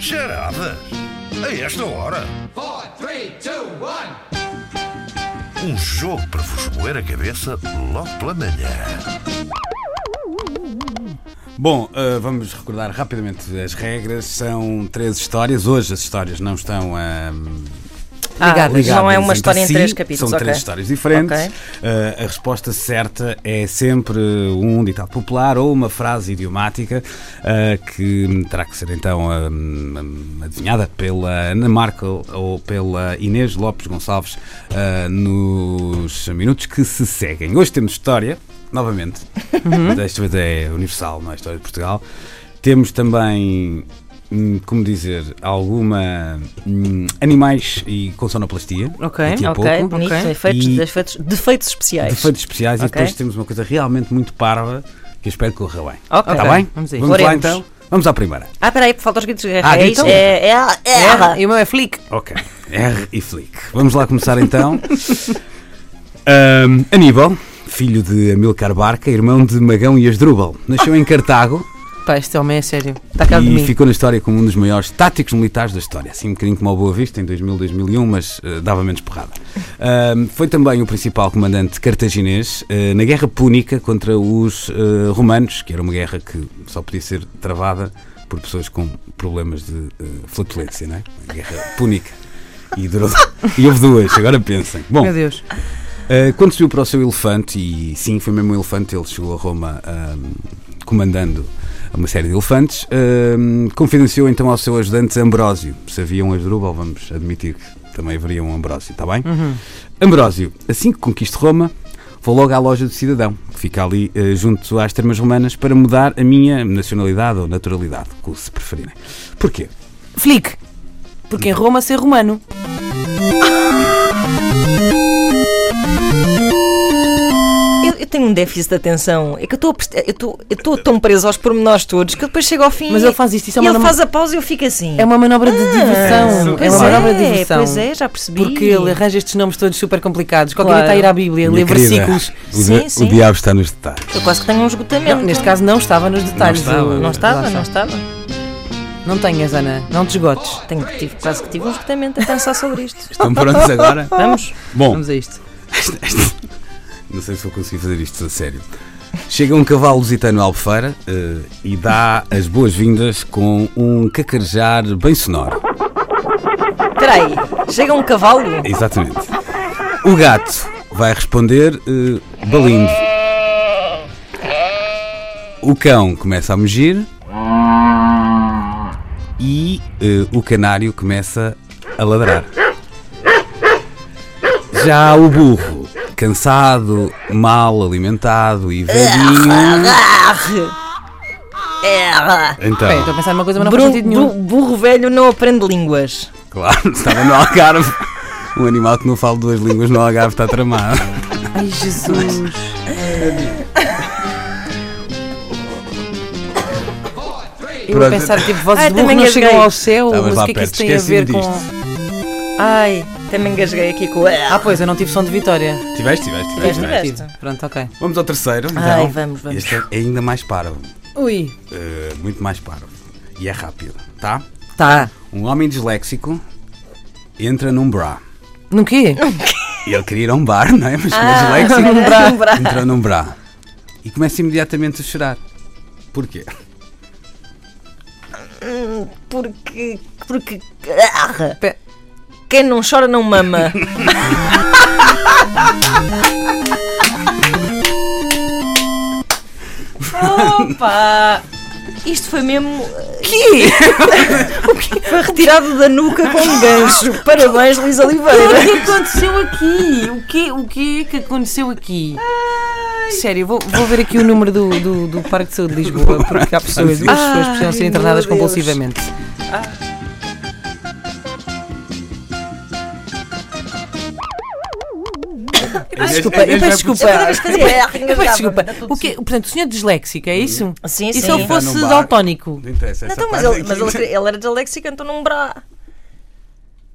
Charadas? A esta hora? four, three, two, one. Um jogo para vos moer a cabeça logo pela manhã. Bom, uh, vamos recordar rapidamente as regras. São três histórias. Hoje as histórias não estão a. Ah, ligadas não é uma entre história em si, três capítulos. São ok. três histórias diferentes. Ok. Uh, a resposta certa é sempre um ditado popular ou uma frase idiomática uh, que terá que ser então um, um, adivinhada pela Ana Markel ou pela Inês Lopes Gonçalves uh, nos minutos que se seguem. Hoje temos história, novamente, Uhum. mas desta vez é universal, não é história de Portugal. Temos também. hum, Como dizer, alguma hum, animais e consonoplastia. Ok, daqui a ok, pouco. bonito. Ok. Efeitos, E- defeitos, defeitos especiais. Defeitos especiais e É Ok. depois temos uma coisa realmente muito parva que eu espero que corra bem. Ok. Está Tá bem? Vamos aí. lá Oremos. então? Vamos à primeira. Ah, peraí, falta os gritos de Ah, reis. então. É, é, é, Erra. E o meu é flick. Ok. R e Flick. Vamos lá começar então. Ahm, Aníbal, filho de Amilcar Barca, irmão de Magão e Asdrúbal, nasceu em Cartago Pá, este homem é sério. Está cá de e mim. ficou na história como um dos maiores táticos militares da história. Assim, um bocadinho como ao Boa Vista, em 2000, 2001, mas eh, dava menos porrada. Ahm, foi também o principal comandante cartaginês eh, na Guerra Púnica contra os eh, romanos, que era uma guerra que só podia ser travada por pessoas com problemas de eh, flatulência, não é? A Guerra Púnica. E, durou, e houve duas, agora pensem. Bom, Meu Deus. Uh, quando subiu para o seu elefante, e sim, foi mesmo um elefante, ele chegou a Roma um, comandando uma série de elefantes, um, confidenciou então ao seu ajudante Ambrósio. Se havia um Asdrúbal, vamos admitir que também haveria um Ambrósio, está bem? Uhum. Ambrósio, assim que conquiste Roma, vou logo à loja do cidadão, que fica ali eh, junto às termas romanas, para mudar a minha nacionalidade ou naturalidade, como se preferirem. Porquê? Flick. Porque em Roma ser romano. Eu, eu tenho um déficit de atenção. É que eu estou a preste- eu estou- eu estou tão preso aos pormenores todos que eu depois chego ao fim. Mas ele faz isto, isso é e uma ele nova- faz a pausa e eu fico assim. É uma manobra de diversão. isso, é Pois uma claro. manobra de diversão. Pois é, já percebi. Porque ele arranja estes nomes todos super complicados. Qualquer Claro. dia está a ir à Bíblia, Minha ler querida, versículos. o, Sim, di- sim. o diabo está nos detalhes. Eu quase que tenho um esgotamento. Não, neste caso não estava nos detalhes. Não estava. o- Não estava, lá não estava. Não tenhas, Ana. Não te esgotes. Tenho que, tive, quase que tive um esgotamento a pensar sobre isto. Estão prontos agora? Vamos? Bom, Vamos a isto. Não sei se vou conseguir fazer isto a sério. Chega um cavalo lusitano à albufeira eh, e dá as boas-vindas com um cacarejar bem sonoro. Espera aí, chega um cavalo. Exatamente. O gato vai responder eh, balindo. O cão começa a mugir e eh, o canário começa a ladrar. Já o burro, cansado, mal alimentado e velhinho. É Erra. Espera, Então, estou a pensar numa coisa, mas não faz Bru- sentido nenhum. bru- burro velho não aprende línguas. claro, estava no Algarve. Um animal que não fala duas línguas no Algarve está tramado. Ai, Jesus. Eu a Pronto. pensar, tipo, vozes Ai, de burro também não rasguei. chegam ao céu, Estavas mas Tá, lá o que é que perto, isso tem a ver esqueci-me com... disto. Ai, também engasguei aqui com o. Ah, pois, eu não tive som de vitória. Tiveste, tiveste, Tiveste, tiveste. tiveste. tiveste. É Tive. Pronto, ok. Vamos ao terceiro. Então. Ai, vamos, vamos. Este é ainda mais parvo. Ui. eh, muito mais parvo. E é rápido, tá? Tá. Um homem disléxico entra num bra. No quê? Ele queria ir a um bar, não é? Mas como é disléxico, num Ah, um bra. Num bra. entra num bra. E começa imediatamente a chorar. Porquê? Porque. Porque. Ah, quem não chora não mama. Opa! Isto foi mesmo. eh, Que? foi retirado da nuca com um gancho. Parabéns, Luís O Oliveira. que aconteceu aqui? O que, o que é que aconteceu aqui? Sério, vou, vou ver aqui o número do, do, do Parque de Saúde de Lisboa, porque há pessoas, duas pessoas que precisam ser Ai, internadas meu Deus. compulsivamente. Eu peço desculpa, eu peço desculpa. cada vez que fazia Eu R, peço- Eu peço desculpa. engasgava-me. O que, é portanto, o senhor disléxico, é isso? Sim, E se sim. ele Está fosse num bar. daltónico? Não interessa. essa Então, mas parte é ele, mas aqui- ele, ele era disléxico, então não brá.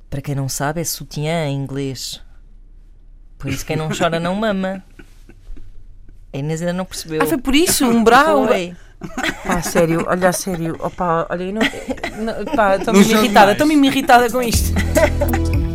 Para quem não sabe, é sutiã em inglês. Por isso, quem não chora não mama. A Inês ainda não percebeu. Ah, foi por isso? Um brau? Foi. Pá, sério, olha, a sério, opa, olha, eu não, Não, pá, estou Nos mesmo irritada, jornais. estou mesmo irritada com isto.